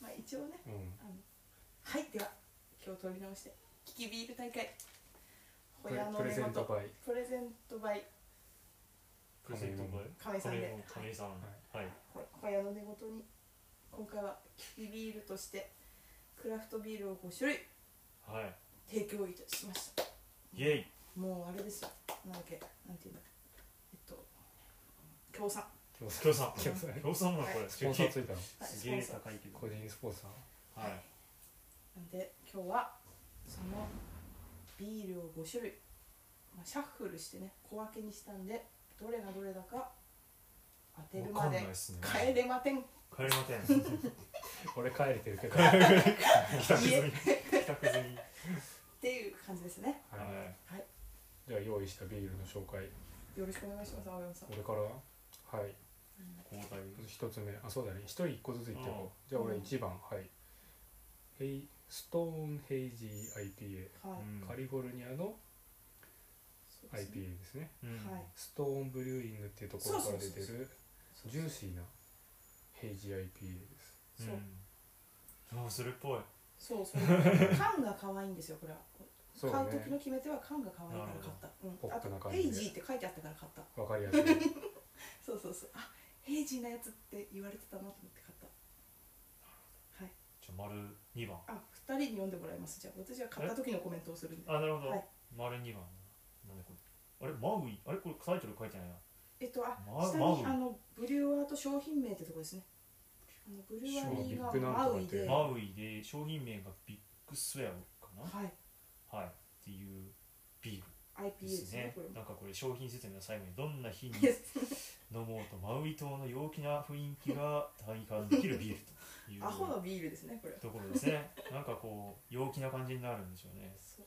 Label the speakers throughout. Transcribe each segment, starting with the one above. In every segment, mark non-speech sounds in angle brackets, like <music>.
Speaker 1: まあ一応ね
Speaker 2: うん
Speaker 1: あのはいでは今日取り直してキキビール大会
Speaker 2: プ
Speaker 1: ホ
Speaker 2: レ
Speaker 1: ヤの
Speaker 2: プ
Speaker 1: 寝
Speaker 2: レゼント
Speaker 1: 言
Speaker 2: バイ
Speaker 1: プレゼントバイ
Speaker 3: プレゼントバイ
Speaker 1: 亀井さんで
Speaker 3: 亀井さんはい
Speaker 1: ほホヤの寝言に今回はキキビールとしてクラフトビールを5種類
Speaker 3: はい
Speaker 1: 提供いたしました
Speaker 3: イエイ
Speaker 1: もうあれですよなんだっけなんていうんだえっと協賛
Speaker 2: 今日
Speaker 3: 協賛
Speaker 2: 今日
Speaker 3: 協賛なのこれ
Speaker 2: スポンサーついたの
Speaker 1: はい
Speaker 3: すげえ高いけど
Speaker 2: 個人スポンサー
Speaker 3: はい
Speaker 1: なんで今日はそのビールを5種類、まあ、シャッフルしてね小分けにしたんでどれがどれだか当てるま
Speaker 2: わかんない
Speaker 1: で
Speaker 2: ですね
Speaker 1: 帰れまてん
Speaker 3: 帰りません
Speaker 2: 俺帰れてるけど
Speaker 3: 帰宅済み帰宅済み
Speaker 1: っていう感じですね
Speaker 2: はい
Speaker 3: はい
Speaker 2: じゃあ用意したビールの紹介
Speaker 1: よろしくお願いします青山さん
Speaker 2: 俺からはい
Speaker 3: 交代
Speaker 2: 一つ目あそうだね一人一個ずついって
Speaker 3: うん
Speaker 2: こうじゃあ俺
Speaker 1: うん
Speaker 2: 一番はいヘイストーンヘイジー IPA
Speaker 1: はい、
Speaker 3: うん
Speaker 2: カリフォルニアの
Speaker 1: そうですね
Speaker 2: IPA ですね
Speaker 3: うん
Speaker 1: はい
Speaker 2: ストーンブリューイングっていうところから出て
Speaker 1: そうそう
Speaker 2: る
Speaker 1: そう
Speaker 2: ジューシーなヘイジー IPA で
Speaker 1: <laughs>
Speaker 2: す
Speaker 1: そう
Speaker 3: うんあそれっぽい
Speaker 1: そうそう <laughs> 缶が可愛いんですよこれは
Speaker 2: そう
Speaker 1: 買う時の
Speaker 2: ね
Speaker 1: 決め手は缶が可愛いから買った、
Speaker 2: ほど
Speaker 1: うん、
Speaker 2: ポッ
Speaker 1: あ
Speaker 2: プな
Speaker 1: と
Speaker 2: 感
Speaker 1: ヘ
Speaker 2: じで
Speaker 1: イジーって書いてあったから買った
Speaker 2: わかりやすい
Speaker 1: そうそうそうあヘイジーなやつって言われてたなと思って買ったはい
Speaker 3: じゃあ丸二番
Speaker 1: あ、二人に読んでもらいます。じゃあ、私は買った時のコメントをするんで。
Speaker 3: あなるほ
Speaker 1: は
Speaker 3: ど
Speaker 1: い
Speaker 3: 丸二番なんだこれあれマウイあれこれタイトル書いてないな
Speaker 1: えっと、あ、
Speaker 3: マ
Speaker 1: 下
Speaker 3: マウ
Speaker 1: に
Speaker 3: イ
Speaker 1: あのブリュワーと商品名ってとこですね。あのブリュワリーがマウイで。
Speaker 2: え
Speaker 1: は
Speaker 3: マウイで商品名がビッグスウェアか
Speaker 1: い、
Speaker 3: なはいっていうビール
Speaker 1: IPA
Speaker 3: で
Speaker 1: ですす
Speaker 3: ね
Speaker 1: ね。これも。
Speaker 3: なんかこれ商品説明の最後にどんな日に
Speaker 1: Yes
Speaker 3: 飲もうとマウイ島の陽気な雰囲気が体感できるビールとい
Speaker 1: <laughs>
Speaker 3: う
Speaker 1: アホのビールですね。これ。
Speaker 3: ところですねなんかこう陽気な感じになるんでしょうね
Speaker 1: そう。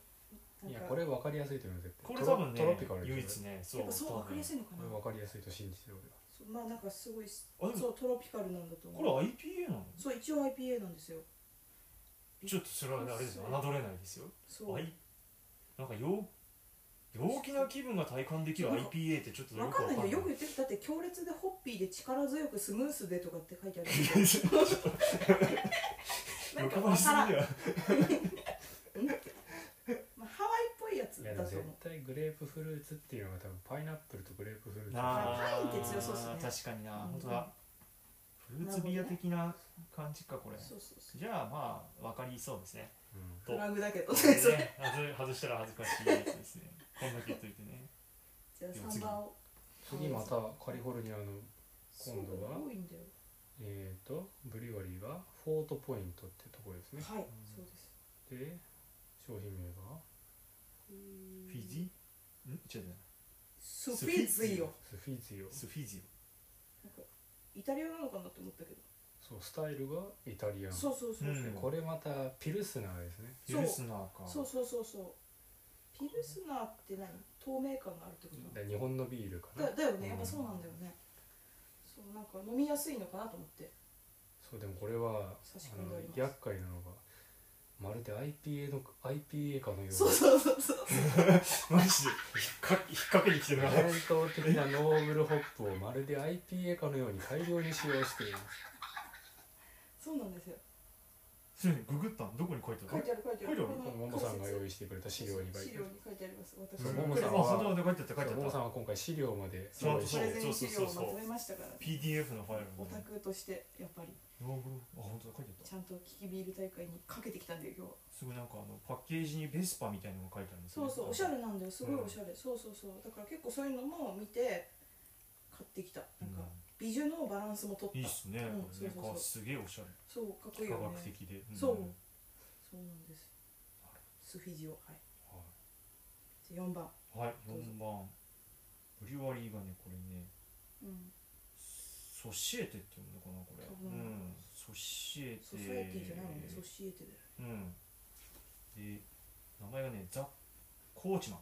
Speaker 2: い
Speaker 1: な
Speaker 2: や
Speaker 1: んか
Speaker 2: これわかりやすいと思うよ絶
Speaker 3: こ
Speaker 2: 対
Speaker 3: れ多分
Speaker 2: トロ
Speaker 3: ね
Speaker 2: ピカル
Speaker 3: 唯
Speaker 2: です
Speaker 3: 一
Speaker 2: よ
Speaker 3: ねそう
Speaker 1: やっぱそうわかりやすいのか
Speaker 2: こ
Speaker 1: な
Speaker 2: れ。わかりやすいと信じてる
Speaker 1: そうまあ、なんかすごい。そ
Speaker 3: 多分あでも
Speaker 1: う、トロピカルなんだと
Speaker 3: こ
Speaker 1: 思う。
Speaker 3: れ IPA なの
Speaker 1: そう、一応 IPA なんですよ。
Speaker 3: ちょっとそれはねあれですよ侮れないですよ
Speaker 1: そう。
Speaker 3: I- なんか陽陽気な気分が体感できる
Speaker 1: そうなんか
Speaker 3: IPA ってちょっとよ
Speaker 1: わ
Speaker 3: く
Speaker 1: かん
Speaker 3: わ
Speaker 1: な
Speaker 3: か
Speaker 1: い
Speaker 3: んな
Speaker 1: よ。よ
Speaker 3: い <laughs>
Speaker 1: く言ってる。だって強烈でホッピーで力強くスムースでとかって書いてある。なんかわからん。
Speaker 3: 欲張りすぎだよ
Speaker 1: まあ、ハワイっぽいやつ
Speaker 2: けどいや
Speaker 1: だ
Speaker 2: で
Speaker 1: と
Speaker 2: も絶
Speaker 1: 思う。
Speaker 2: 対グレープフルーツっていうのが多分パイナップルとグレープフルーツ
Speaker 3: なあ
Speaker 1: パインって強そうっすね
Speaker 3: 確かにな、
Speaker 1: うん
Speaker 3: 本当だフルーツビア的な感じかこれ、
Speaker 1: そうそうそう。
Speaker 3: じゃあまあ分かりそうですね
Speaker 2: うん
Speaker 3: と
Speaker 1: フラグだけど。
Speaker 3: ね外外したら恥ずかしいやつです
Speaker 1: <laughs>
Speaker 3: ねこんだけ言っといてね
Speaker 1: じゃあ
Speaker 3: でも
Speaker 1: 三
Speaker 3: 次
Speaker 1: 番を
Speaker 2: 次またカリフォルニアの今度は
Speaker 1: そう多いんだよ
Speaker 2: えー、とブリュワリーがフォートポイントってところですね
Speaker 1: はいそうです
Speaker 2: で商品名が
Speaker 3: フィジん違う違う
Speaker 1: スフィズイよ
Speaker 2: スフィジオ
Speaker 3: スフィジ
Speaker 1: なんかイタリアなのかなと思ったけど
Speaker 2: そうスタイルがイタリアン
Speaker 1: そうそうそうそう
Speaker 3: うん
Speaker 2: これまたピルスナーですね
Speaker 3: オ
Speaker 1: そう
Speaker 3: ピルスナーか
Speaker 1: そうそうそうそうピルスナーって何透明感があるってこと
Speaker 2: で日本のビールかな
Speaker 1: だだよねやっぱそうなんだよねそうなんか飲みやすいのかなと思って
Speaker 2: そうでもこれは
Speaker 1: 差し
Speaker 2: あ
Speaker 1: 込んで
Speaker 2: の
Speaker 1: あります
Speaker 2: 厄介なのがまるで IPA の IPA かのような
Speaker 1: そうそうそうそう
Speaker 3: マジで引っか引っ掛けに来てるな
Speaker 2: 伝統的なノーブルホップをまるで IPA かのように大量に使用しています
Speaker 1: そうなんですよ
Speaker 3: ググったのどこに書いてあ
Speaker 1: 書い
Speaker 3: る
Speaker 1: てある書いてある
Speaker 3: これ
Speaker 1: この
Speaker 2: このももさんが用
Speaker 1: 意
Speaker 2: 意してくれた資料に
Speaker 1: 資
Speaker 2: 書いて
Speaker 1: 料に書いてあります私
Speaker 2: そ
Speaker 1: の
Speaker 2: うもも
Speaker 3: これ
Speaker 2: さん
Speaker 3: あ
Speaker 2: は
Speaker 3: 本当だ書いてあった書いて
Speaker 2: もも
Speaker 3: あっ
Speaker 2: さ
Speaker 3: た
Speaker 2: んは今回資料まで
Speaker 1: プ
Speaker 2: 用
Speaker 1: レ
Speaker 2: 意し
Speaker 3: そう
Speaker 2: て
Speaker 1: ゼン資料をまとめましたからね
Speaker 3: PDF のファイル
Speaker 1: オ
Speaker 3: の
Speaker 1: タ
Speaker 3: ね
Speaker 1: クとしてやっぱり
Speaker 3: あ本当だ書いてあっ
Speaker 1: ちゃんとキキビール大会にかけてきたんだよ今日
Speaker 3: たすぐなんかあのパッケージにベスパみたいなのが書いてあるんです
Speaker 1: そ
Speaker 3: ね
Speaker 1: うそうおしゃれなんだよすごいおしゃれ、そうそうそうだから結構そういうのも見て買ってきたなんか美女のバランスも取った、
Speaker 3: いいっすね、
Speaker 1: うん
Speaker 3: これね
Speaker 1: そうそうそう
Speaker 3: かすげえおしゃれ
Speaker 1: そうかっこいい
Speaker 3: 科
Speaker 1: よね
Speaker 3: 学的で、ん
Speaker 1: そうそうなんですスフィジオはいじゃあ4番
Speaker 3: はい
Speaker 1: どうぞ
Speaker 3: 4番ブリュワリーがねこれね
Speaker 1: うん
Speaker 3: ソシエテっていうのかなこれ、
Speaker 1: う
Speaker 3: うんんソシエテ
Speaker 1: ソサエティじゃないのね、ソシエテだよ
Speaker 3: うんで名前がねザ・コーチマ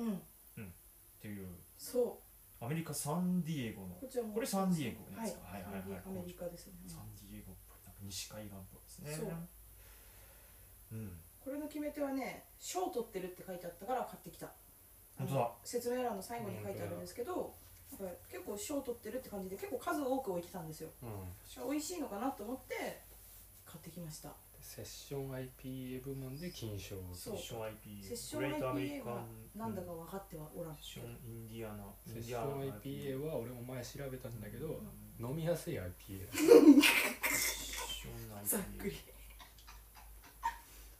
Speaker 3: ンっ
Speaker 1: うん
Speaker 3: ていう
Speaker 1: そ
Speaker 3: アメリカ・サンディエゴの
Speaker 1: うこちらも
Speaker 3: これサンディエゴの
Speaker 1: は
Speaker 3: や
Speaker 1: い
Speaker 3: つかはいはいはい
Speaker 1: アメリカですね、
Speaker 3: サンディエゴっぽいなんか西海岸っぽいですね
Speaker 1: そう
Speaker 3: うん
Speaker 1: これの決め手はね賞を取ってるって書いてあったから買ってきた
Speaker 3: 本当だ
Speaker 1: あの説明欄の最後に書いてあるんですけどはい、結構賞取ってるって感じで結構数多く置いてたんですよ
Speaker 2: うん、
Speaker 1: 美味しいのかなと思って買ってきました
Speaker 2: セッション IPA 部門で金賞を
Speaker 1: そう
Speaker 3: セッション IP
Speaker 1: セッション IPA がなんだか分かってはおらん、
Speaker 3: セッションインディアナ
Speaker 2: セッション IPA
Speaker 3: は
Speaker 2: は俺も前調べたんだけど、飲みやすい IPA
Speaker 1: ざっくり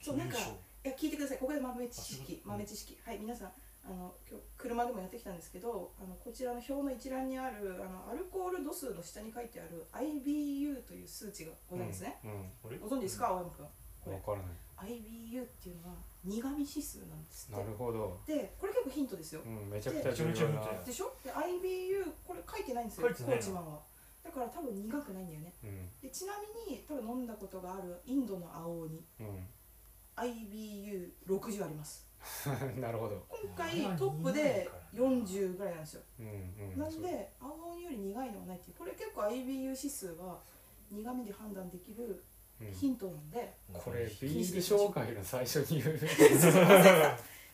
Speaker 1: そうなんかいや聞いてくださいここで豆知識
Speaker 3: あ
Speaker 1: 豆知識はい皆さんあの今日車でもやってきたんですけどあのこちらの表の一覧にあるあのアルコール度数の下に書いてある IBU という数値がございますね、
Speaker 2: うん、
Speaker 1: ご存知ですか青山君こ
Speaker 2: うん、
Speaker 1: れ
Speaker 2: 分からない
Speaker 1: IBU っていうのは苦味指数なんです
Speaker 2: なるほど、
Speaker 1: ってでこれ結構ヒントですよ
Speaker 2: うん、めちゃくちゃ重要
Speaker 3: めちゃめち
Speaker 2: な
Speaker 3: ゃ重要
Speaker 1: でしょで IBU これ書いてないんですよ
Speaker 3: 書いてな
Speaker 1: コ
Speaker 3: いな
Speaker 1: ーチマンはだから多分苦くないんだよね
Speaker 2: うん
Speaker 1: でちなみに多分飲んだことがあるインドの青鬼
Speaker 2: う
Speaker 1: IBU60 あります
Speaker 2: んなるほど、
Speaker 1: 今回
Speaker 3: まあ
Speaker 1: トップで40ぐらいなんですよ
Speaker 2: うんうん、
Speaker 1: なん
Speaker 2: そう
Speaker 1: で青鬼より苦いのはないっていうこれ結構 IBU 指数は苦味で判断できる
Speaker 2: うん
Speaker 1: ヒントなん
Speaker 3: <laughs>
Speaker 1: で、 <laughs>
Speaker 2: これビール紹介の最初に言う
Speaker 1: 違う忘れ
Speaker 3: い
Speaker 1: て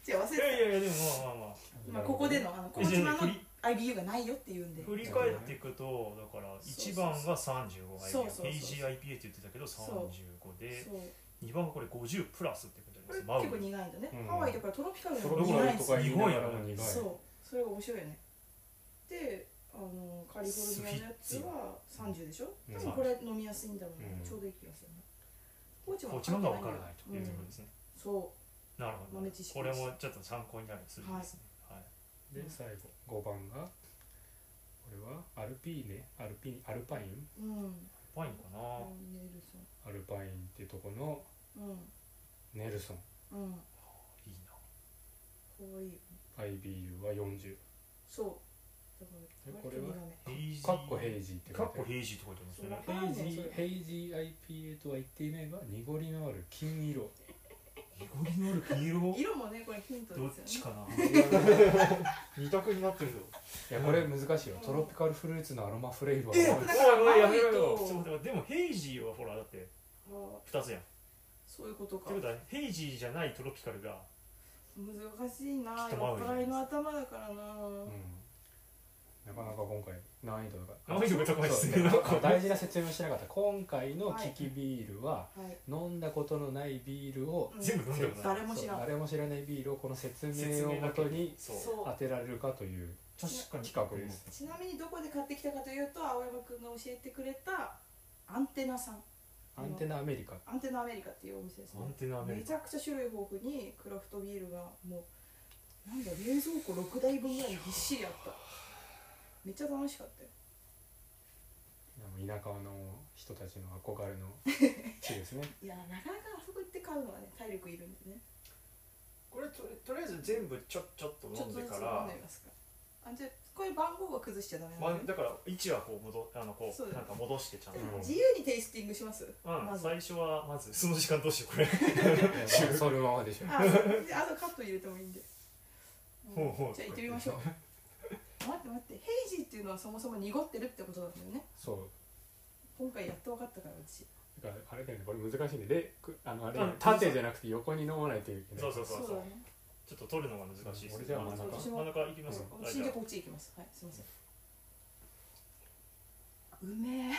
Speaker 1: た
Speaker 3: やいやいやでもまあまあまあ
Speaker 1: 今ここでのあのコーチマンの IBU がないよって言うんで
Speaker 3: 振り返っていくとだから1番が 35IPA
Speaker 1: そうそうそう
Speaker 3: PGIPA って言ってたけど35で
Speaker 1: そう
Speaker 3: 2番がこれ50プラスってこと
Speaker 1: こ
Speaker 3: で
Speaker 1: れ
Speaker 3: すマウ
Speaker 1: 結
Speaker 3: イ
Speaker 1: 構苦いんだね、
Speaker 2: うん
Speaker 1: ハワイだからトロピカルな
Speaker 2: ト
Speaker 1: の
Speaker 2: ロピ
Speaker 1: 苦い
Speaker 2: カル
Speaker 1: んで
Speaker 2: と
Speaker 1: すよ
Speaker 2: か言いながらも苦い
Speaker 1: そうそれが面白いよねであのカリフォルニアのやつは30でしょ
Speaker 2: うん
Speaker 1: 多分これ飲みやすいんだろうな、
Speaker 2: うん
Speaker 1: ちょうどいい気がするねコーチ
Speaker 3: こっちの方が分からないと
Speaker 1: う
Speaker 3: い
Speaker 1: ん
Speaker 3: うところですね
Speaker 1: そ
Speaker 3: なるほど
Speaker 1: 豆知識
Speaker 3: これもちょっと参考になる数字ですねはい
Speaker 2: で最後5番がこれはアルピーネアルピーアルパイン
Speaker 1: ううん
Speaker 3: パインかな
Speaker 1: あ
Speaker 3: は
Speaker 1: ネルソ
Speaker 2: アルパインってとこの
Speaker 1: ン
Speaker 2: ネルソン
Speaker 1: うんうん
Speaker 3: あいいな
Speaker 1: 可愛い
Speaker 2: IBU は40
Speaker 1: そうだから
Speaker 2: えこれは
Speaker 1: 割と苦め
Speaker 3: ヘイジー
Speaker 2: かっこヘイジーって
Speaker 3: か
Speaker 2: 書い
Speaker 3: って
Speaker 2: あ
Speaker 3: こ
Speaker 2: る
Speaker 3: ヘイジ
Speaker 1: そう
Speaker 2: ヘイジ
Speaker 3: ーって書いてますね
Speaker 2: ーヘイジー IPA とは言っていないが濁りのある金色
Speaker 3: 濁りのある
Speaker 2: <laughs>
Speaker 3: 黄色
Speaker 1: 色もねこれヒント
Speaker 3: どっ
Speaker 1: です
Speaker 3: ち
Speaker 1: よね
Speaker 3: かな二択になってるぞ
Speaker 2: いやこれ難しいよトロピカルフルーツのアロマフレーバー
Speaker 1: え
Speaker 2: は
Speaker 1: だから
Speaker 3: おいおいやめろ
Speaker 1: 青い
Speaker 3: よ
Speaker 1: と
Speaker 3: ちょっと待ってでもヘイジーはほらだって
Speaker 1: あ
Speaker 3: 二つやんっ
Speaker 1: そういうことか
Speaker 3: てことはヘイジーじゃないトロピカルが
Speaker 1: 難しいな
Speaker 3: きっと
Speaker 1: 酔っ
Speaker 3: マウイ
Speaker 1: 払いの頭だからな、
Speaker 2: うんなかなか今回難易度が
Speaker 3: 難易度が高いですね
Speaker 2: そう
Speaker 3: なんか
Speaker 2: 大事な説明をしなかった今回のキキビールは
Speaker 1: はい、
Speaker 2: 飲んだことのないビールを
Speaker 1: うん
Speaker 3: 全部飲んでもない
Speaker 1: 誰も知らん
Speaker 2: そう誰も知らないビールをこの説明をもとに
Speaker 3: そう
Speaker 1: そう
Speaker 2: 当てられるかという
Speaker 3: 確かに
Speaker 2: 企画です
Speaker 1: ちなみにどこで買ってきたかというと青山くんが教えてくれたアンテナさん
Speaker 2: アンテナアメリカ
Speaker 1: アンテナアメリカっていうお店です
Speaker 3: アン
Speaker 1: ね
Speaker 3: テナアメ
Speaker 1: め
Speaker 3: リカ
Speaker 1: ちゃくちゃ種類豊富にクラフトビールがもうなんだ冷蔵庫6台分ぐらいにぎっしりあっためっちゃ楽しかったよ
Speaker 2: 田舎の人たちの憧れの地ですね
Speaker 1: いやなかなかあそこ行って買うのはね体力いるんでね
Speaker 3: これととりあえず全部ちょちょっと
Speaker 1: ちょっ
Speaker 3: 飲
Speaker 1: とず
Speaker 3: んで
Speaker 1: つ飲ん
Speaker 3: か
Speaker 1: で
Speaker 3: ら
Speaker 1: みますかあじゃあこういう番号は崩しちゃダメな
Speaker 3: ま
Speaker 1: の
Speaker 3: あ
Speaker 1: ね、
Speaker 3: だから位置はこう戻あのこ
Speaker 1: そう
Speaker 3: う
Speaker 1: だ
Speaker 3: な
Speaker 1: ね
Speaker 3: んか戻してちゃんと
Speaker 1: じゃあ
Speaker 2: うん
Speaker 1: 自由にテイスティングします、
Speaker 3: うん
Speaker 1: まず
Speaker 3: 最初はまずその時間どうし
Speaker 1: <laughs>
Speaker 3: ようこれ
Speaker 2: そのままでしょ
Speaker 1: あそうであとカット入れてもいいんで、うん
Speaker 3: ほうほう
Speaker 1: じゃあ行ってみま
Speaker 3: <laughs>
Speaker 1: しょう待って待ってヘイジーっていうのはそもそも濁ってるってことなんだよね
Speaker 2: そう
Speaker 1: 今回やっと分かったから私
Speaker 2: だからあれだよねこれ難しいんででくあのあれ
Speaker 3: うん
Speaker 2: 縦じゃなくて横に飲まないといけない
Speaker 3: そうそうそうそう
Speaker 1: だね
Speaker 3: ちょっと取るのが難しいです
Speaker 2: 俺じゃあ真ん中
Speaker 1: 私も
Speaker 3: 真ん中行きますか
Speaker 1: 私じゃあこっち行きますはいすいませんう
Speaker 3: <laughs>
Speaker 1: めえ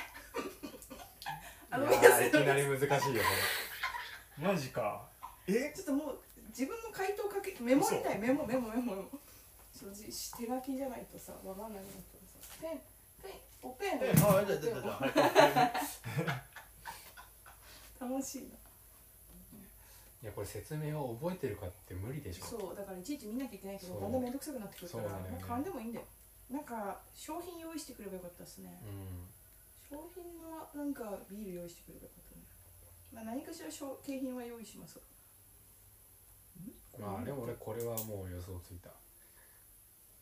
Speaker 1: あの
Speaker 2: いやーいきなり難しいよこ
Speaker 3: マジかえ
Speaker 1: ちょっともう自分の回答かけメモりたいメモメモメモメモそうじ手書きじゃないとさわかんないなとさペンペンおペン
Speaker 3: えあだだだだはい
Speaker 1: 楽しいな
Speaker 2: れいやこれ説明を覚えてるかって無理でしょ
Speaker 1: そうだからいちいち見なきゃいけないけど
Speaker 2: そう
Speaker 1: だんだん面倒くさくなってくるから
Speaker 2: そうなんだよ
Speaker 1: も
Speaker 2: ね
Speaker 1: う買んでもいいんだよなんか商品用意してくればよかったですね
Speaker 2: う
Speaker 1: 商品のなんかビール用意してくればよかったねまあ何かしら商景品は用意します
Speaker 2: んまあでも俺これはもう予想ついた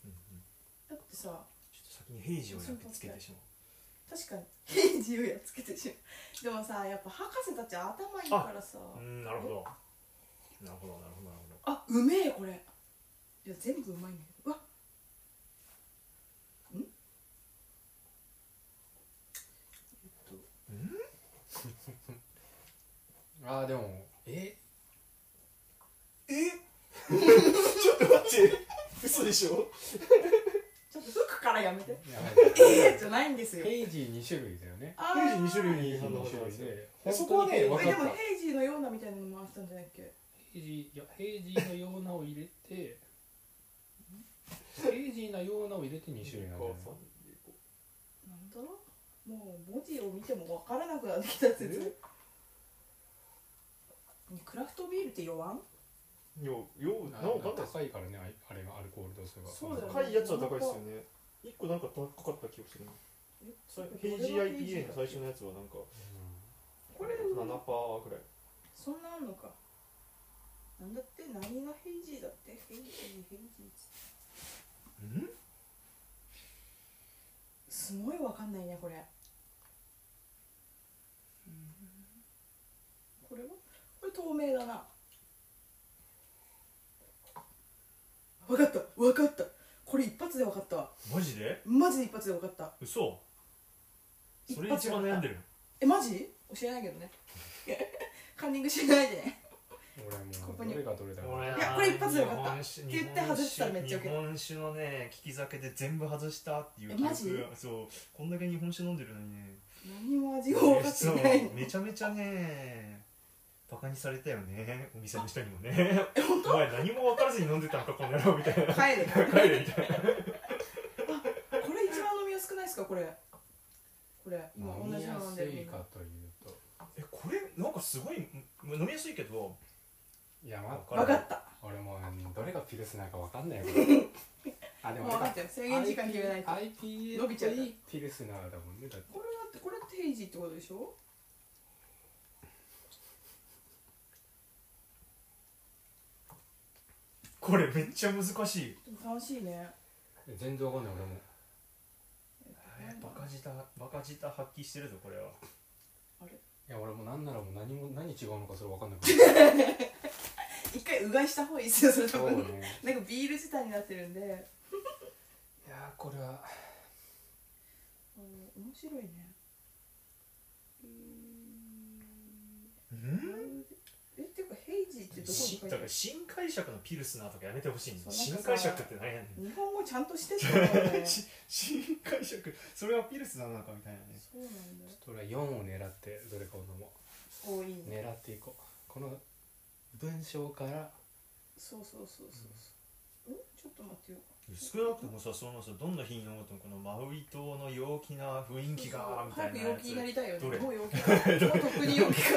Speaker 3: うんうん
Speaker 1: だってさ
Speaker 3: ちょっと先にヘイジをやってつけてしま
Speaker 1: 確かに <laughs> ヘイジをやっつけてしまうでもさやっぱ博士たち頭いいからさ
Speaker 3: ううんなるほどなるほどなるほどなるほど
Speaker 1: あうめえこれいや全部うまいんだけどうわんえっと
Speaker 3: うん
Speaker 2: ああでもえ
Speaker 3: えちょっと待って嘘でしょ
Speaker 1: ちょっと服かからやめて
Speaker 2: いやはい
Speaker 1: えー、じゃないんですよ
Speaker 2: ヘイジー2種類だよね
Speaker 1: あ
Speaker 4: ヘイジー
Speaker 1: ー
Speaker 4: 2種類
Speaker 2: ヘイ
Speaker 4: に
Speaker 2: ジー
Speaker 4: 反応
Speaker 2: 2
Speaker 4: してま
Speaker 2: 種類
Speaker 4: すよ
Speaker 2: で
Speaker 4: えそこはね
Speaker 2: 本
Speaker 1: え
Speaker 2: 当
Speaker 4: 分
Speaker 1: で
Speaker 2: に
Speaker 4: か
Speaker 1: も
Speaker 4: った
Speaker 1: ヘイジーのようなみたいなのもあったんじゃないっけ
Speaker 2: ヘイジーいやヘイジーのようなを入れてヘイジーなようなを入れて2種類なんだよね
Speaker 1: なんだろうもう文字を見ても分からなくなってきた説クラフトビールって弱ん
Speaker 4: ようような
Speaker 2: なんん
Speaker 4: か
Speaker 2: か高いからねあいあれがアルコール度数が
Speaker 1: そうだよね
Speaker 4: 高いやつは高いですよね一個なんか高かった気がするな
Speaker 1: え
Speaker 4: それヘイジー IPA の最初のやつはなんか
Speaker 1: これ
Speaker 4: 7%ぐらい
Speaker 1: そんなあんのかなんだって何がヘイジーだってヘイジーヘイジーっつって
Speaker 3: ん
Speaker 1: すごい分かんないねこれこれはこれ透明だな分かった分かったこれ一発で分かったわ
Speaker 3: マジで
Speaker 1: マジで一発で分かった
Speaker 3: 嘘それ
Speaker 1: 一発
Speaker 3: 一
Speaker 1: で
Speaker 3: 番
Speaker 1: 分かっ
Speaker 3: 悩
Speaker 1: た
Speaker 3: んでる
Speaker 1: えマジ教えないけどね <laughs> カンニングしないでね
Speaker 2: 俺はもう
Speaker 1: ここに
Speaker 2: どれがどれだか
Speaker 3: 俺
Speaker 1: いやこれ一発でよかった
Speaker 3: 日本酒
Speaker 1: って言って外したらめっちゃウケ
Speaker 3: 日
Speaker 1: る
Speaker 3: 本酒のね利き酒で全部外したっていう
Speaker 1: え
Speaker 3: 記
Speaker 1: マジ
Speaker 3: 憶がそうこんだけ日本酒飲んでるのにね
Speaker 1: 何も味が分かって
Speaker 3: そう
Speaker 1: ないの
Speaker 3: めちゃめちゃねバカにされたよねお店の人にもねお前何も分からずに飲んでたのかこの野郎みたいな
Speaker 1: 帰れこ
Speaker 3: 帰れみたいな
Speaker 1: れ一番飲みやすくないですかこれこれ今
Speaker 2: 飲
Speaker 1: 同
Speaker 2: み
Speaker 1: じ
Speaker 2: や
Speaker 1: の飲ん
Speaker 2: す
Speaker 1: でる
Speaker 2: いかというと
Speaker 3: えこれなんかすごいむ飲みやすいけど
Speaker 2: いやま
Speaker 1: 分かった
Speaker 2: 俺もうどれがピルスなのかわかんない
Speaker 1: <laughs>
Speaker 2: よこれあで
Speaker 1: もう
Speaker 2: も
Speaker 1: 分かったよ制限時間決めないと
Speaker 2: IPA
Speaker 1: 伸びちゃうから
Speaker 2: ピルスナーだもんねだって
Speaker 1: これはってこれってヘイジーってことでしょ
Speaker 3: これめっちゃ難しい
Speaker 1: でも楽しいね
Speaker 2: 全然わかんない俺も
Speaker 3: えバカ舌バカ舌発揮してるぞこれはい
Speaker 2: や俺もなんならもう何も何違うのかそれわかんないから
Speaker 1: 一回うがいした方がいいですよそれ多
Speaker 2: そう
Speaker 1: 分
Speaker 2: ね
Speaker 1: なんかビール自体になってるんで
Speaker 2: いやーこれは
Speaker 1: うん面白いねうー
Speaker 3: うん
Speaker 1: んえっていうかヘイジーってどこに
Speaker 3: し
Speaker 1: 書いて
Speaker 3: だ
Speaker 1: あ
Speaker 3: から
Speaker 1: る
Speaker 3: 新解釈のピルスナーとかやめてほしいん
Speaker 1: そう
Speaker 3: 新
Speaker 1: なんかさ
Speaker 3: 解釈って何やねん
Speaker 1: 日本語ちゃんとしてってね
Speaker 3: し新解釈それはピルスナーなのかみたいなね
Speaker 1: そうなんだよ
Speaker 2: ちょっと俺は4を狙ってどれかを飲も
Speaker 1: 多いいうね
Speaker 2: 狙っていこうこの文章から
Speaker 1: そうそうそうそうそう、ん、ちょっと待ってよ
Speaker 3: 少なくともさそのさどんな日に飲むともこのマウイ島の陽気な雰囲気がみたいな
Speaker 1: 早
Speaker 3: や
Speaker 1: く陽
Speaker 3: つ
Speaker 1: 気になりたいよ
Speaker 3: どれ
Speaker 1: ねもう陽気かもうとっくに陽気か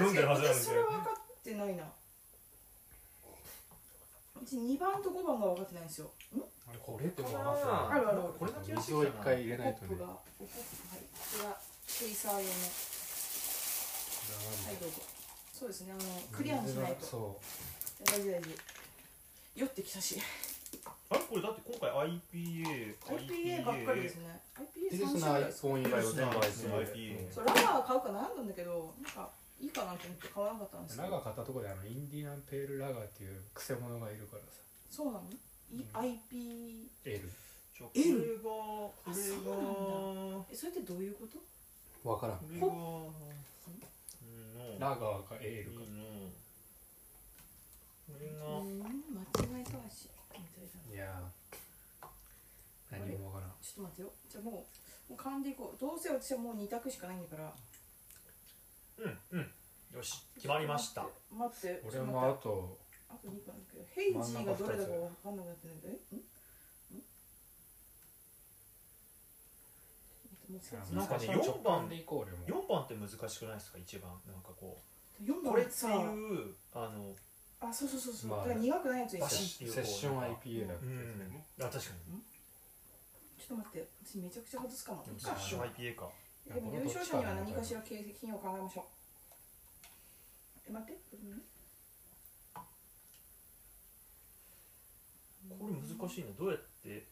Speaker 3: 飲んでるはずなんだよ
Speaker 1: 私それ分かってないなうち2番と5番が分かってないんですよん
Speaker 2: あれこれってもう分かってない
Speaker 1: あるある
Speaker 3: これだけ
Speaker 2: 水を一回入れ
Speaker 1: ポ
Speaker 2: ない
Speaker 1: ッ
Speaker 2: とね
Speaker 1: プがおポップはいこれはチェイサー用のは
Speaker 2: はい
Speaker 1: どうぞそうですねあのクリアにしないと
Speaker 2: そ
Speaker 1: 大事大事酔ってきたし
Speaker 3: あれこれだって今回 IPA
Speaker 1: IPA ばっかりですね
Speaker 2: うピル
Speaker 1: IPA3
Speaker 2: ス
Speaker 1: 種
Speaker 2: ナ
Speaker 1: 類
Speaker 2: ー
Speaker 1: です
Speaker 2: 1本以外は全部
Speaker 3: ピルスナー
Speaker 2: IPA
Speaker 3: うん
Speaker 1: そうラガー買うか悩んだんだけどなんかいいかなと思って買わなかったんですけ
Speaker 2: ラ
Speaker 1: ど
Speaker 2: ガー買ったところであのインディアンペールラガーっていうクセモノがいるからさ
Speaker 1: そうなの、い IP
Speaker 2: L
Speaker 3: じゃあこれがこれが
Speaker 1: そうなんえそれってどういうこと
Speaker 2: 分から
Speaker 3: こ
Speaker 2: ん
Speaker 3: れがうんの
Speaker 2: ラガーかエール
Speaker 3: いい
Speaker 2: か
Speaker 3: のこれ
Speaker 1: う
Speaker 3: が
Speaker 1: ーん間違い探しみたいない
Speaker 2: やー何も分からん
Speaker 1: ちょっと待ってよじゃあもうもう噛んでいこうどうせ私はもう2択しかないんだから
Speaker 3: うんうんよし決まりました
Speaker 1: 待って
Speaker 2: 俺
Speaker 1: ちょっと待
Speaker 2: もあ
Speaker 1: って
Speaker 2: と
Speaker 1: あと2個なんだけどヘイジーがどれだか分かんなくなってないんだえんんもう説明
Speaker 3: なんかね
Speaker 2: 最初の
Speaker 3: 4番
Speaker 2: でいこう俺も
Speaker 3: 4番って難しくないですか一番なんかこ
Speaker 1: 4
Speaker 3: うこれ
Speaker 1: 番
Speaker 3: ってい
Speaker 1: さ
Speaker 3: うあの
Speaker 1: あそうそうそうそう、
Speaker 2: まあ
Speaker 1: だから苦くないやつに
Speaker 3: バ
Speaker 1: した
Speaker 3: シッ
Speaker 2: セッション IPA だっ
Speaker 3: う
Speaker 2: たやつだよ
Speaker 3: ん
Speaker 2: ね
Speaker 3: あ確かに
Speaker 1: ちょっと待って私めちゃくちゃ外すかも
Speaker 3: セッション IPA か
Speaker 1: でも優勝者には何かしら形品を考えましょう。え、待って、これね
Speaker 3: これ難しいなどうやって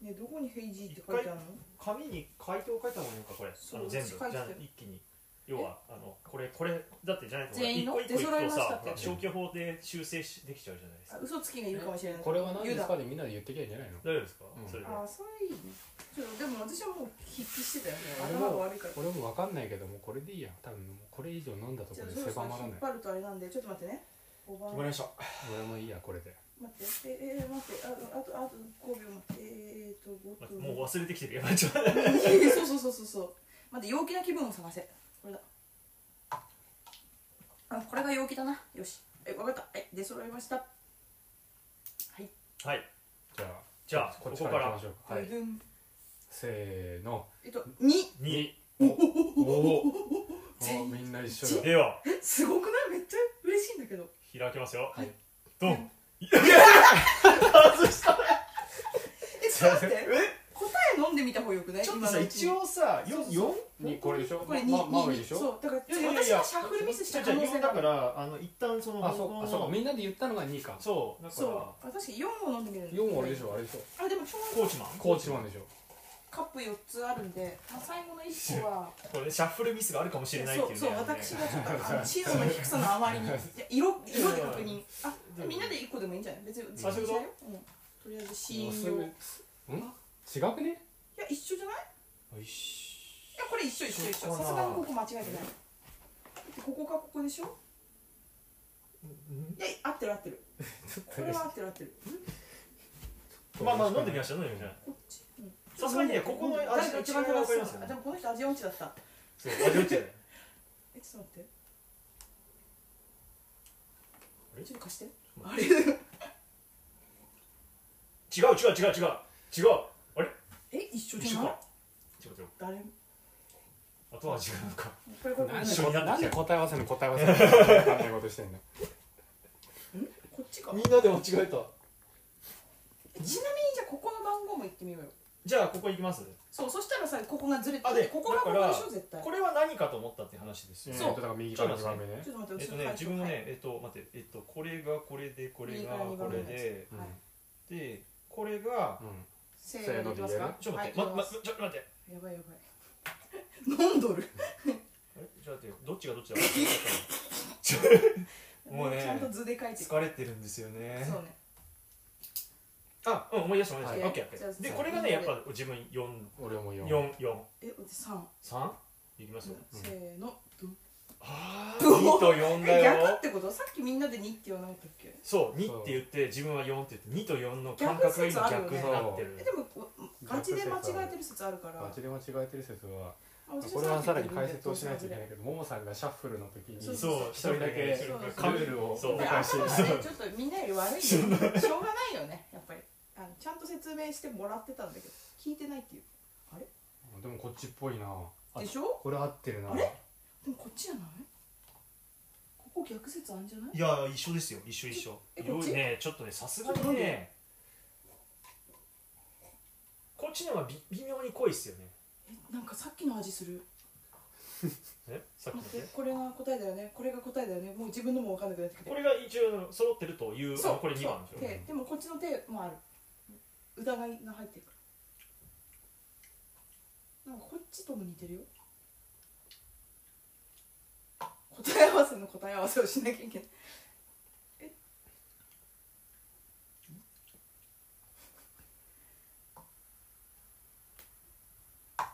Speaker 1: ね、どこにヘイジーって書いてあるの
Speaker 3: 紙に回答を書いた方がいいのかこれ
Speaker 1: そ
Speaker 3: あ
Speaker 1: う
Speaker 3: の全部
Speaker 1: 書い
Speaker 3: じ
Speaker 1: てたよ
Speaker 3: ゃあ一気に要はあのこれこれだってじゃないとほら
Speaker 1: 全員
Speaker 3: 一
Speaker 1: の
Speaker 3: 個一個一
Speaker 1: 出揃い
Speaker 3: 個
Speaker 1: ましたっ
Speaker 3: さ
Speaker 1: て
Speaker 3: 消去法で修正しできちゃうじゃないです
Speaker 1: あ
Speaker 3: か
Speaker 1: 嘘つきがいるかもしれない。
Speaker 2: これは何
Speaker 1: 言う
Speaker 2: で
Speaker 1: だ
Speaker 2: すかでみんなで言ってきゃいいんじゃないの
Speaker 3: 大丈夫ですか
Speaker 2: うん
Speaker 3: それで
Speaker 1: あ、それいいね。ちょっとでも私はもう筆記してたよね。
Speaker 2: 俺
Speaker 1: 頭
Speaker 2: も
Speaker 1: が悪いから。
Speaker 2: 俺も分かんないけどもうこれでいいや多分もうこれ以上飲んだと
Speaker 1: じゃあ
Speaker 2: こ
Speaker 1: そ
Speaker 2: ろで
Speaker 1: ろそ
Speaker 2: 狭
Speaker 1: ろ
Speaker 2: まら
Speaker 1: 引
Speaker 2: な
Speaker 1: っ張
Speaker 2: い
Speaker 1: るとあれなんで、ちょっと待ってね。5
Speaker 4: 決まり
Speaker 1: 番。
Speaker 4: ました
Speaker 2: 俺もいいやこれで
Speaker 1: 待ってえー、待ってああとあと5秒待ってえー、っと
Speaker 3: 待
Speaker 1: 5と
Speaker 3: ってもう忘れてきてるやばいちょっ
Speaker 1: <laughs>
Speaker 3: と
Speaker 1: そうそうそうそうそう待って陽気な気分を探せこれだあこれが陽気だなよしえ分かったはい出揃いましたはい
Speaker 3: <laughs> はい
Speaker 2: じゃあ
Speaker 3: じゃあ
Speaker 2: こっちから行きましょうか、は
Speaker 1: ド
Speaker 2: い、
Speaker 1: ゥン
Speaker 2: せーの
Speaker 1: えっと2
Speaker 3: 2
Speaker 2: おおお
Speaker 1: 全員
Speaker 2: みんな一緒だ
Speaker 3: では
Speaker 1: えすごくないめっちゃ嬉しいんだけど
Speaker 3: 開きますよ
Speaker 2: はい
Speaker 3: ドン
Speaker 1: えちょっと待って答え飲んでみた方がよくない
Speaker 3: ちょっとさ
Speaker 1: 今のうち
Speaker 3: 一
Speaker 1: に
Speaker 3: 応さ
Speaker 1: そうそう
Speaker 3: 4?
Speaker 1: そう
Speaker 2: にこれでしょ
Speaker 1: これ
Speaker 2: ままマウイ
Speaker 1: 2
Speaker 2: でしょ
Speaker 1: そうだから
Speaker 4: いやいやいや
Speaker 1: 私がシャッフルミスした可能性が
Speaker 4: だ
Speaker 1: あ
Speaker 4: か
Speaker 1: る
Speaker 4: らあの一旦その
Speaker 2: あそうあそうかみんなで言ったのが2か
Speaker 4: そうだか
Speaker 1: そう
Speaker 4: ら
Speaker 1: 私4を飲んでみる
Speaker 2: 4はあれでしょあれでしょ
Speaker 1: あでもちょう
Speaker 3: コ
Speaker 1: ど
Speaker 3: ーチマン
Speaker 2: コーチマンでしょ
Speaker 1: カップ4つあるんで、まあ、最後の1個は
Speaker 3: これシャッフルミスがあるかもしれないっていうね
Speaker 1: そうそう
Speaker 3: あのね
Speaker 1: 私がちょっとあの知能の低さのあま
Speaker 3: <laughs>
Speaker 1: りにいや色色で確認あみんなで1個でもいいんじゃない別に
Speaker 3: あそういうこと
Speaker 1: 違うようんとりあえず C
Speaker 2: も
Speaker 1: を
Speaker 2: う
Speaker 1: い
Speaker 2: すぐん違くね
Speaker 1: や一緒じゃない
Speaker 3: よし
Speaker 1: いやこれ一緒一緒一
Speaker 3: そ
Speaker 1: 緒
Speaker 3: うか
Speaker 1: さ
Speaker 3: な
Speaker 1: すがにここ間違えてないだってここかここでしょいや合ってる合ってるこれは合ってる合ってる
Speaker 3: まあまあ飲んでみましょう飲んでみましょう
Speaker 1: こっちうん
Speaker 3: さすがにねここの味の
Speaker 1: 誰
Speaker 3: 違
Speaker 1: が
Speaker 3: い
Speaker 1: 一
Speaker 3: は
Speaker 1: 番正
Speaker 3: 分
Speaker 1: し
Speaker 3: か
Speaker 1: い
Speaker 3: りますよ
Speaker 1: あ
Speaker 3: ね
Speaker 1: でもこの人味音痴だった
Speaker 3: そう味落ちる
Speaker 1: えちょっと待って
Speaker 3: あれ
Speaker 1: ちょっと貸してあれ
Speaker 3: 違う違う違う違う違うあれ
Speaker 1: え一緒
Speaker 3: 一
Speaker 1: じ
Speaker 3: 緒
Speaker 1: ゃない
Speaker 3: か違う違う
Speaker 1: 誰も
Speaker 3: あとは違うのか
Speaker 1: これこれこ
Speaker 2: な
Speaker 1: れ
Speaker 2: ん
Speaker 3: 何
Speaker 2: で
Speaker 3: 一緒になって
Speaker 2: なん
Speaker 3: きた
Speaker 2: で答え合わせの答え合わせの分かんないことしてんの
Speaker 1: こっちか
Speaker 4: みんなで間違えた
Speaker 1: えちなみにじゃあここの番号も言ってみようよ
Speaker 3: じゃあここ行きます
Speaker 1: そうそしたらさここがずれて
Speaker 3: あで
Speaker 1: ここがここ
Speaker 3: だから
Speaker 1: でしょ絶対
Speaker 3: これは何かと思ったって話ですよ
Speaker 1: そう
Speaker 2: えーとだから右から2番目ね
Speaker 1: ちょっと待って
Speaker 3: え
Speaker 1: 私
Speaker 3: っと
Speaker 1: の
Speaker 3: ね
Speaker 1: 回答
Speaker 3: 自分も
Speaker 1: は
Speaker 3: ね
Speaker 1: い
Speaker 3: えっと待ってえっとこれがこれでこれが
Speaker 1: 右から
Speaker 3: こ
Speaker 1: 二番目
Speaker 3: れで
Speaker 2: うん
Speaker 1: はい
Speaker 3: でこれが
Speaker 2: うん
Speaker 1: せーのでいきますか
Speaker 3: ちょっと待って、
Speaker 1: はい
Speaker 3: ま、ま、ちょっと待って
Speaker 1: やばいやばい飲んどる
Speaker 3: あれちょっと待ってよどっちがど
Speaker 1: <laughs>
Speaker 3: っちだか分かんなかったなもう
Speaker 1: ちゃんと
Speaker 3: ね
Speaker 1: 図で書いてる
Speaker 3: 疲れてるんですよね
Speaker 1: そうね
Speaker 3: あうん思い出した思い出し
Speaker 1: は
Speaker 3: た
Speaker 1: い
Speaker 3: オッケーオ
Speaker 1: じゃあ
Speaker 3: ッケーでこれがねやっぱ自分四
Speaker 2: 俺も4
Speaker 3: 四四
Speaker 1: え三
Speaker 3: 三いきますよ
Speaker 1: せーのドン
Speaker 3: あー二と四だ
Speaker 1: え逆っ
Speaker 3: よ
Speaker 1: てことさっきみんなで2って言わなかったっけ
Speaker 3: そう二
Speaker 2: そう
Speaker 3: って言って自分は四って言って二と四の感覚が今逆になってる
Speaker 1: えでもおガチで間違えてる説あるから
Speaker 2: ガチで間違えてる説は
Speaker 1: あ私
Speaker 2: これはさらに解説をしないといけないけどももさんがシャッフルの時に
Speaker 1: そう
Speaker 2: ル
Speaker 3: そ
Speaker 2: 一
Speaker 3: う
Speaker 2: 人だけ
Speaker 3: 一人
Speaker 1: そう
Speaker 2: ールを
Speaker 3: そう
Speaker 1: で
Speaker 2: お
Speaker 1: 頭
Speaker 2: かしい
Speaker 1: がねちょっとみんなより悪いよしょうがないよねやっぱりあのちゃんと説明してもらってたんだけど聞いてないっていう
Speaker 2: でもこっちっぽいな
Speaker 3: あ
Speaker 1: でしょ
Speaker 2: これ合ってるな
Speaker 1: あれでもこっちじゃないここ逆説あんじゃない
Speaker 3: いや一緒ですよ一緒一緒
Speaker 1: えこっち
Speaker 3: いろいろねちょっとねさすがにねこっちの方がび微妙に濃いっすよね
Speaker 1: えなんかさっきの味する
Speaker 3: えさっきの
Speaker 1: 待って
Speaker 3: ね
Speaker 1: これが答えだよねこれが答えだよねもう自分のも分かんなくなってきて
Speaker 3: これが一応揃ってるというあ
Speaker 1: そう
Speaker 3: のこれ2番で
Speaker 1: そ
Speaker 3: し
Speaker 1: う
Speaker 3: ょ
Speaker 1: 手でもこっちの手もある疑いが入ってるからなんかこっちとも似てるよ答え合わせの答え合わせをしなきゃいけないえこ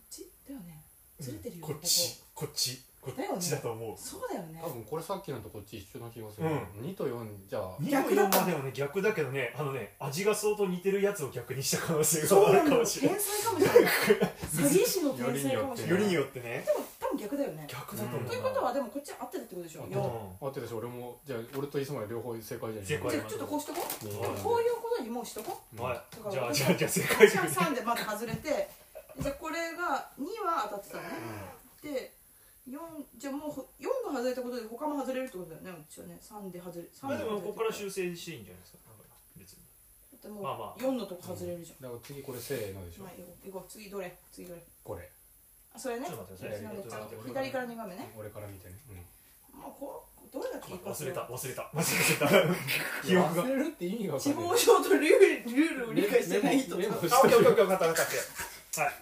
Speaker 1: っちだよねずれてるよね
Speaker 3: こっちこっちこ
Speaker 1: だよ
Speaker 3: っ
Speaker 1: ね
Speaker 3: ちだと思
Speaker 1: そうだよね
Speaker 2: 多分これさっきのとこっち一緒な気がする、
Speaker 3: う
Speaker 2: 2と4じゃあ
Speaker 3: う2と
Speaker 1: 逆だ
Speaker 3: 4
Speaker 1: った
Speaker 3: まではね逆だけどねあのね味が相当似てるやつを逆にした可能性
Speaker 1: そう
Speaker 3: があ
Speaker 1: な
Speaker 3: る
Speaker 1: の
Speaker 3: か
Speaker 1: よ
Speaker 3: も
Speaker 1: 天
Speaker 3: し
Speaker 1: 才
Speaker 3: れない
Speaker 1: かもしれない詐欺師の天才かもしれない
Speaker 2: よりに
Speaker 3: よってね
Speaker 1: でも多分逆だよね
Speaker 3: 逆だと思う
Speaker 1: ということはでもこっち合ってるってことでしょ
Speaker 2: 合って
Speaker 1: よ
Speaker 2: る
Speaker 1: ん
Speaker 2: 合ってたし俺もじゃあ俺と磯村両方正解じゃん
Speaker 3: 正解
Speaker 1: じゃあちょっとこうしとこう
Speaker 2: うん
Speaker 1: でもこういうことにもうしとこ
Speaker 3: うんは
Speaker 1: だから
Speaker 3: いじゃ
Speaker 1: 私は
Speaker 3: あじゃあじゃあ
Speaker 1: う
Speaker 3: 正解
Speaker 1: じゃあ
Speaker 3: です
Speaker 1: 3でまず外れてじゃあこれが2は当たってたのねで4じゃあもうほ4が外れたことで他も外れるってことだよねうちはね3で外れ3
Speaker 3: まあでもここから
Speaker 1: だ
Speaker 3: 修正していいんじゃないですかなんか別に
Speaker 1: っても
Speaker 3: まあま
Speaker 1: う4のとこ外れるじ
Speaker 2: だから次これせーので
Speaker 1: ゃん
Speaker 2: しょ
Speaker 1: まあいいよいこう次どれ次どれ
Speaker 2: これ
Speaker 1: あそれね
Speaker 3: ちょっと待ってください
Speaker 1: それねち
Speaker 3: 左
Speaker 1: ゃんと左から
Speaker 3: 左
Speaker 1: 2番目ね
Speaker 2: 俺から見てね、
Speaker 1: もうこうどれだけ一発で
Speaker 3: 忘れた忘れた忘 <laughs> れた記憶が
Speaker 2: 忘れるって意味が分か
Speaker 1: 死
Speaker 2: んない
Speaker 1: 亡症とルールルールを理解してない人
Speaker 2: メモメモ
Speaker 3: あ、オッケーオッケーオッケー、分かった分かった。はい。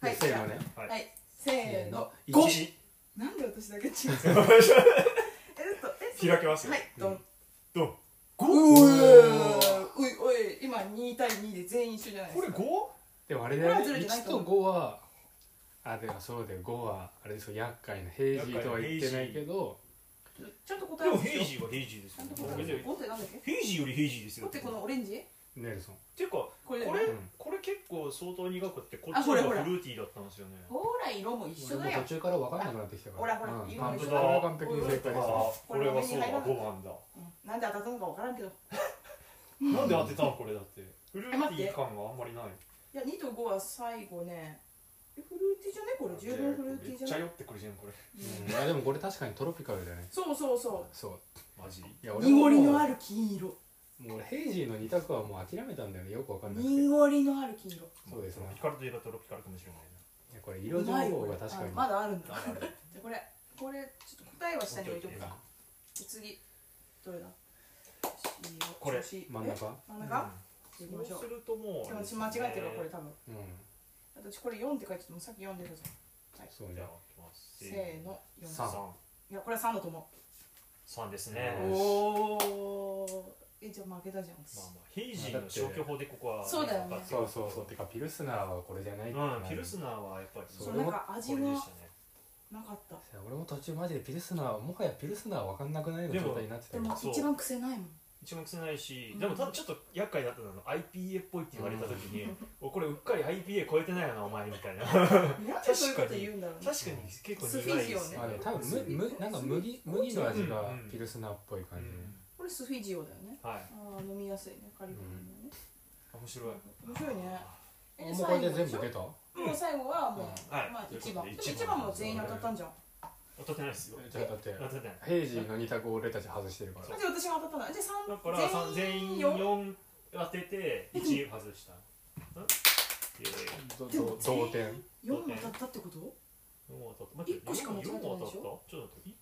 Speaker 1: はい
Speaker 2: せーのね
Speaker 1: は、
Speaker 3: はいい
Speaker 1: せーの
Speaker 2: 一
Speaker 1: なんで私だけ違うえちょっとえ
Speaker 3: 開けますよ
Speaker 1: はいドン
Speaker 3: どう
Speaker 1: う
Speaker 3: 五。
Speaker 1: ーおいおい今2対2で全員一緒じゃないで
Speaker 3: こ
Speaker 1: す
Speaker 3: れ
Speaker 1: か
Speaker 3: 五？
Speaker 2: でもあれだよ
Speaker 1: これはずれ
Speaker 2: ね
Speaker 1: てない
Speaker 2: 1
Speaker 1: と
Speaker 2: と
Speaker 1: 思う
Speaker 2: 5はあでもそうだよ5はあれですよ厄介な平時とは言ってないけど
Speaker 1: ちゃんと答
Speaker 3: で
Speaker 1: え
Speaker 3: も
Speaker 1: ます
Speaker 3: ヘ
Speaker 1: よ
Speaker 3: イジーはヘイジーです
Speaker 1: ちゃ
Speaker 3: よ
Speaker 1: んと
Speaker 4: こ
Speaker 1: 答
Speaker 4: れ
Speaker 1: えます
Speaker 4: じゃ
Speaker 1: よ
Speaker 4: あ
Speaker 1: 5ってなんだっけ
Speaker 3: ヘイジーよりヘイジーですよ
Speaker 1: 5ってこのオレンジ
Speaker 2: ネルソン
Speaker 3: ていうか
Speaker 1: これだよ
Speaker 3: こ
Speaker 1: ね
Speaker 3: れ、
Speaker 2: うん
Speaker 3: これ結構相当苦くってこ
Speaker 1: あ
Speaker 3: っち
Speaker 1: ほ
Speaker 3: の
Speaker 1: ら
Speaker 3: 方
Speaker 1: ほ
Speaker 3: が
Speaker 1: ら
Speaker 3: フルーティーだったんですよね
Speaker 1: ほら色も一緒だ
Speaker 2: 俺も
Speaker 1: よ
Speaker 2: 途中から分からなくなってきたから
Speaker 1: ほらほら
Speaker 2: うん
Speaker 1: 色も一緒
Speaker 2: これ
Speaker 1: だ
Speaker 2: は完璧に正解です
Speaker 3: あーこれはそうだ
Speaker 1: これ
Speaker 3: 5番だ、
Speaker 1: うんなんで当たったのか分からんけど
Speaker 3: なんで当てたのこれだってフルーテ
Speaker 1: 待っ
Speaker 3: ィ
Speaker 1: て
Speaker 3: ー感があんまりない
Speaker 1: いや2と5は最後ねえフルーティーじゃねこれ十分フルーティーじゃ
Speaker 3: めっち
Speaker 1: な
Speaker 3: ゃ
Speaker 1: い
Speaker 3: 酔ってくるじゃんこれ
Speaker 2: うんいやでもこれ確かにトロピカルだよね
Speaker 1: そうそうそ
Speaker 2: そ
Speaker 3: マ
Speaker 2: う
Speaker 3: ジ
Speaker 2: いや
Speaker 1: う
Speaker 2: 俺もも
Speaker 1: 濁
Speaker 2: う
Speaker 1: りのある金色
Speaker 2: もう俺ヘイジーの二択はもう諦めたんだよねよく分かんなくてい
Speaker 1: 濁りのある金色
Speaker 2: そうですね
Speaker 3: トロピカルといえばトロピカルかもしれないな
Speaker 2: やこれ色
Speaker 1: う
Speaker 2: 情
Speaker 1: まい
Speaker 2: 報
Speaker 1: こ
Speaker 2: が
Speaker 1: れ
Speaker 2: 確か
Speaker 1: あ
Speaker 2: に
Speaker 1: まだあるんだじゃあこれこれちょっと答えは下に置いとくかで次どれだ塩
Speaker 3: これ
Speaker 1: 調子
Speaker 2: 真ん中
Speaker 1: 真ん中行
Speaker 3: うん
Speaker 1: きましょ
Speaker 3: そう
Speaker 1: う
Speaker 3: するともう
Speaker 1: でも私間違えてるわこれ
Speaker 3: え
Speaker 1: 多分
Speaker 2: うん
Speaker 1: 私これ4って書いててもさっき4でるぞ
Speaker 2: そう
Speaker 3: ーじゃ
Speaker 2: ね
Speaker 3: あいきます
Speaker 1: せーの4
Speaker 2: さ
Speaker 3: 三
Speaker 1: いやこれは3だと思
Speaker 3: 三です
Speaker 1: う
Speaker 3: ね
Speaker 2: よし
Speaker 3: まあ
Speaker 1: おおえじゃあ負けたじゃん
Speaker 3: まあヘイジーの消去法でここは
Speaker 1: そうだよね
Speaker 3: なんか
Speaker 2: そうそうそうてかピルスナーはこれじゃないってな
Speaker 3: う
Speaker 2: る
Speaker 3: んピルスナーはやっぱり
Speaker 2: そう
Speaker 1: そうなんか味
Speaker 3: これで
Speaker 1: が
Speaker 3: したね
Speaker 1: なかった
Speaker 2: いや俺も途中マジでピルスナーもはやピルスナーわかんなくないの
Speaker 3: でも
Speaker 2: 状態になってた
Speaker 1: で
Speaker 2: よ
Speaker 1: も
Speaker 3: そう
Speaker 1: 一番癖ないもん
Speaker 3: 一目せないし、
Speaker 1: うん
Speaker 3: でもただちょっと厄介だったのは IPA っぽいって言われた時に、おこれうっかり IPA 超えてないよなお前みたいな確か
Speaker 1: なんでそういうこと言うんだろう
Speaker 3: に
Speaker 1: ね
Speaker 3: 結構苦いで
Speaker 1: スフィ
Speaker 3: す
Speaker 1: ジオね
Speaker 2: あでも多分むむなんか麦麦の味がピルスナーっぽい
Speaker 3: うん
Speaker 2: 感じ、
Speaker 1: これスフィジオだよね
Speaker 3: はい
Speaker 1: ああ飲みやすいねカリフォルニ
Speaker 3: 面白い
Speaker 1: アね面白いね
Speaker 2: あ
Speaker 1: え
Speaker 2: もうこれで
Speaker 1: 最後
Speaker 2: 全
Speaker 1: でしょ
Speaker 2: 部出た
Speaker 1: もう最後はもう
Speaker 3: はい
Speaker 1: まあ
Speaker 3: というこ
Speaker 1: 一
Speaker 3: と
Speaker 1: 番
Speaker 3: で
Speaker 1: でも
Speaker 3: 一
Speaker 1: 一
Speaker 3: 番
Speaker 1: 番も全員当たったんじゃん
Speaker 3: 当たってないですよ
Speaker 2: じゃあだって
Speaker 3: 当たってない
Speaker 2: ヘイジーの二択を俺たち外してるから
Speaker 1: だって私が当たったのじゃ
Speaker 3: だか
Speaker 1: あ
Speaker 3: ら
Speaker 1: 3
Speaker 3: 三全員
Speaker 1: よ
Speaker 3: 4当てて1外したんイエーイ
Speaker 2: ど
Speaker 1: で
Speaker 2: ど
Speaker 1: も
Speaker 2: 同点
Speaker 1: 4当たったってこと
Speaker 3: 四当たった待って
Speaker 1: 一個しか間違えてないでしょ
Speaker 3: 四当たったちょっと待ってい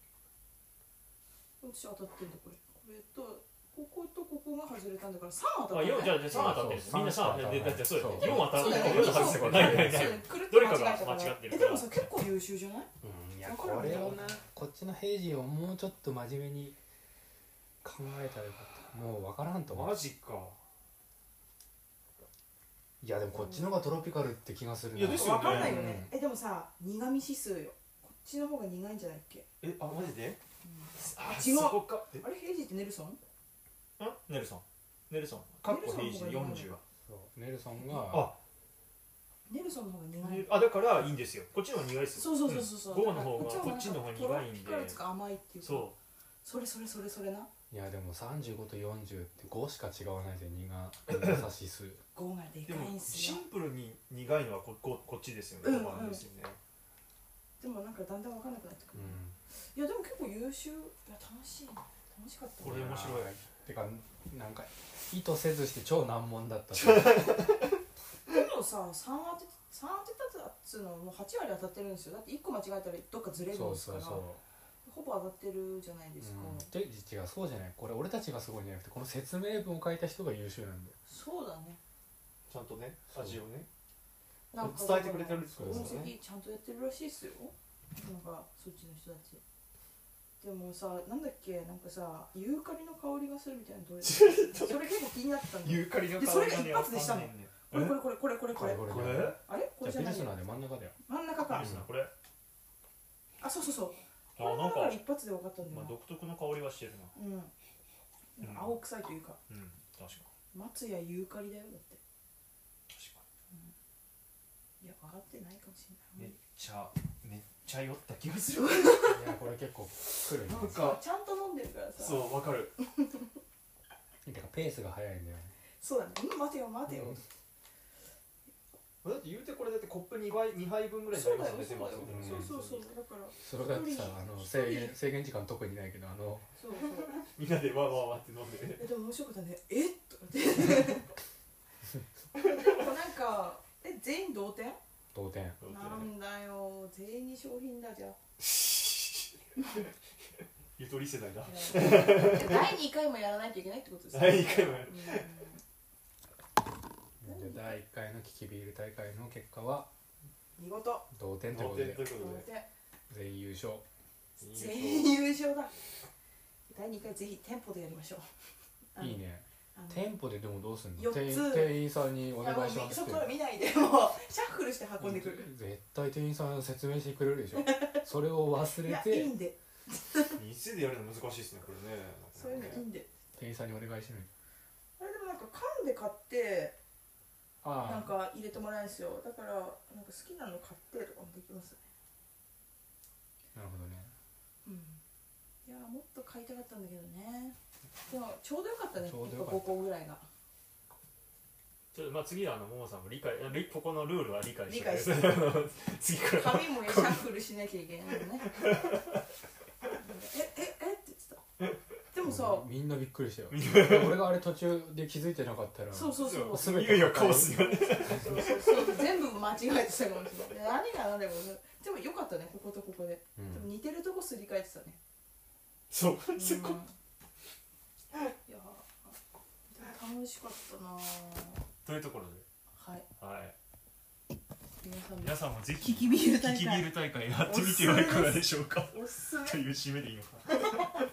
Speaker 1: 私当たってんだこれこれとこことここが外れたんだから3当た
Speaker 3: あ
Speaker 1: った
Speaker 3: 四じゃあじゃあ三当たってるみんな三当たってるだってそうだよね四当たってる四外してこれないないないどれかが間違っ
Speaker 1: え
Speaker 3: てるか
Speaker 1: で
Speaker 3: ら
Speaker 1: もさ結構優秀じゃない
Speaker 2: うんいや
Speaker 1: わか
Speaker 2: こ
Speaker 1: る
Speaker 2: れをなこっちのヘイジーをもうちょっと真面目に考えたらよかったもう分からんと思う
Speaker 3: <laughs> マジか
Speaker 2: いやでもこっちの方がトロピカルって気がするない
Speaker 3: やですよ
Speaker 1: わ
Speaker 3: ね
Speaker 1: かんないよねえでもさ苦味指数よこっちの方が苦いんじゃないっけ
Speaker 3: えあマジであ
Speaker 1: 違う
Speaker 3: そこかえ
Speaker 1: あれヘイジーってネルソン
Speaker 3: んネルソンネルソンかっこ平時40は
Speaker 2: そうネルソンが
Speaker 3: あ
Speaker 1: ネルソンの方が苦い
Speaker 3: ねあだからいいんですよこっちの方が苦いですよ
Speaker 1: そうそうそうそうそう
Speaker 3: 午後の方が
Speaker 1: だから
Speaker 3: こっちの方が
Speaker 1: こっちの
Speaker 3: 苦
Speaker 1: ト
Speaker 3: いん
Speaker 1: ロピカル
Speaker 3: で
Speaker 1: つか甘いっていうか
Speaker 3: そ
Speaker 1: それそれそれそれない
Speaker 2: やでも35と40って5しか違わないで2が優しす
Speaker 1: 5がで
Speaker 3: うで
Speaker 1: か
Speaker 3: も
Speaker 1: いんす
Speaker 3: シ
Speaker 1: よ
Speaker 3: ンプルに苦いのはこここっちですよ
Speaker 1: うん
Speaker 3: ね
Speaker 1: うん
Speaker 3: ここなんですよね
Speaker 1: でもなんかだんだん分かんなくなってく
Speaker 2: う
Speaker 1: る、
Speaker 2: ん
Speaker 1: いやでも結構優秀いや楽しいな楽しかったな
Speaker 3: これ面白い
Speaker 2: てかなんか意図せずして超難問だったって
Speaker 1: でもさ3当て三当てたやつのもう8割当たってるんですよだって1個間違えたらどっかずれるん
Speaker 2: そう
Speaker 1: です
Speaker 2: そ
Speaker 1: から
Speaker 2: うそ、
Speaker 1: ほぼ当たってるじゃないうですか、
Speaker 2: うん、で違うそうじゃないこれ俺たちがすごいんじゃなくてこの説明文を書いた人が優秀なんだよ
Speaker 1: そうだね
Speaker 3: ちゃんとね
Speaker 2: そう
Speaker 3: 味をね
Speaker 1: なんか
Speaker 3: 伝えてくれてるんです
Speaker 2: か
Speaker 1: 分
Speaker 2: らね
Speaker 1: 析ちゃんとやってるらしいっすよなんかそっちの人たちでもさなんだっけなんかさユーカリの香りがするみたいなのどれそれ結構気になったんだよ
Speaker 3: ユーカリの
Speaker 1: でそれが一発でしたの
Speaker 3: ね
Speaker 1: これこれこれこれこれこれ
Speaker 2: これこ
Speaker 3: こ
Speaker 2: れ
Speaker 3: れ
Speaker 1: あれこれ
Speaker 2: じ
Speaker 1: じ
Speaker 2: ゃ
Speaker 1: ゃ
Speaker 2: あピ
Speaker 1: ない
Speaker 2: ルスナーで真ん中だよ
Speaker 1: 真ん中か
Speaker 3: ですなこれあ
Speaker 1: あそうそうそうこれ
Speaker 3: なん
Speaker 1: だから
Speaker 3: か
Speaker 1: 一発で分かったんだ
Speaker 3: まあ
Speaker 1: よな
Speaker 3: 独特の香りはしてる
Speaker 1: うんなんか青臭いというか
Speaker 3: なうん確か
Speaker 1: 松やユーカリだよだって
Speaker 3: に確か
Speaker 1: いや分かってないかもし
Speaker 3: に
Speaker 1: れ
Speaker 3: めっ
Speaker 1: ない
Speaker 3: ちゃめっちゃ酔った気がす
Speaker 1: <laughs>
Speaker 3: る
Speaker 2: いやこれ結構来るね
Speaker 3: なんか
Speaker 1: ちゃんと飲んでるからさ
Speaker 3: そうわかる
Speaker 2: てかペースが早いんだよね
Speaker 1: そうだねうん待てよ待てよ
Speaker 2: うん
Speaker 3: だって言うてこれだってコップ2杯二杯分ぐらいに
Speaker 1: そう
Speaker 3: なりま
Speaker 1: だよ
Speaker 3: すよね
Speaker 1: そうだよ
Speaker 2: うん
Speaker 1: そうそうそうだから
Speaker 2: それがってさあの制限制限時間特にないけどあの
Speaker 1: そうそう
Speaker 3: みんなでわーわーわーって飲んで
Speaker 1: えでも面白かったねえっとかってでもなんかえ全員同点
Speaker 2: 同点
Speaker 1: なんだよ全員に商品だじゃん
Speaker 3: ゆとり世代だ
Speaker 1: いや第2回もやらないといけないってことです
Speaker 3: 第2回も <laughs> やる
Speaker 2: で第1回のキキビール大会の結果は
Speaker 1: うん見事
Speaker 2: 同点という
Speaker 3: 同
Speaker 2: こと
Speaker 3: 点
Speaker 2: で
Speaker 3: ということ
Speaker 1: 同
Speaker 3: で
Speaker 1: 点
Speaker 2: 全員優勝
Speaker 1: 全員優勝だ第2回ぜひ店舗でやりましょうあの
Speaker 2: いいね
Speaker 1: あの
Speaker 2: 店舗ででもどうすん
Speaker 1: 四
Speaker 2: の
Speaker 1: つ
Speaker 2: 店員店員さんにお願いし
Speaker 1: あも
Speaker 2: ま
Speaker 1: う
Speaker 2: す
Speaker 1: そ
Speaker 2: って
Speaker 1: こは見ないでもうシャッフルして運んでくる <laughs>
Speaker 2: 絶対店員さん説明してくれるでしょそれを忘
Speaker 1: い
Speaker 2: れ
Speaker 1: やいい
Speaker 2: て
Speaker 1: んで
Speaker 3: 店でやるの難しいですねこれね
Speaker 1: そういうのいいんで
Speaker 2: 店員さんにお願いしてない
Speaker 1: あれでもなんか缶で買ってな
Speaker 2: あ
Speaker 1: んか入れてもらえるんですよだからなんか好きなの買ってとかもできますね
Speaker 2: あなるほどね
Speaker 1: うんいやーもっと買いたかったんだけどねでもちょうどよかったね
Speaker 2: ちょうどよかった
Speaker 1: 5個ぐらいが
Speaker 3: ちょっとまあ次はあのももさんも理解りここのルールは理解して
Speaker 1: 理解して
Speaker 3: <laughs> 次から
Speaker 1: 紙
Speaker 2: <laughs>
Speaker 1: もシャッフルしなきゃいけないのねえええって言って
Speaker 2: <laughs>
Speaker 1: たでもさ
Speaker 2: みんなびっくりしたよ
Speaker 1: <laughs>
Speaker 2: 俺があれ途中で気づいてなかったら
Speaker 1: そうそうそう
Speaker 2: 全て
Speaker 3: いよいよカオスになる
Speaker 1: そうそうそう全部間違えてたかもしれない何が何でもでもよかったねこことここで
Speaker 2: う
Speaker 1: でも
Speaker 2: ん
Speaker 1: 似てるとこすり替えてたね
Speaker 3: そう
Speaker 1: うん
Speaker 3: すっごい
Speaker 1: いやーでも楽しかったなー
Speaker 3: というところで
Speaker 1: はい
Speaker 3: はい
Speaker 1: 皆さんも
Speaker 3: 皆さんもぜひ
Speaker 1: キキビール大会
Speaker 3: キキビール大会やってみてはいかがでしょうか
Speaker 1: おすすめ
Speaker 3: という締めでいいのか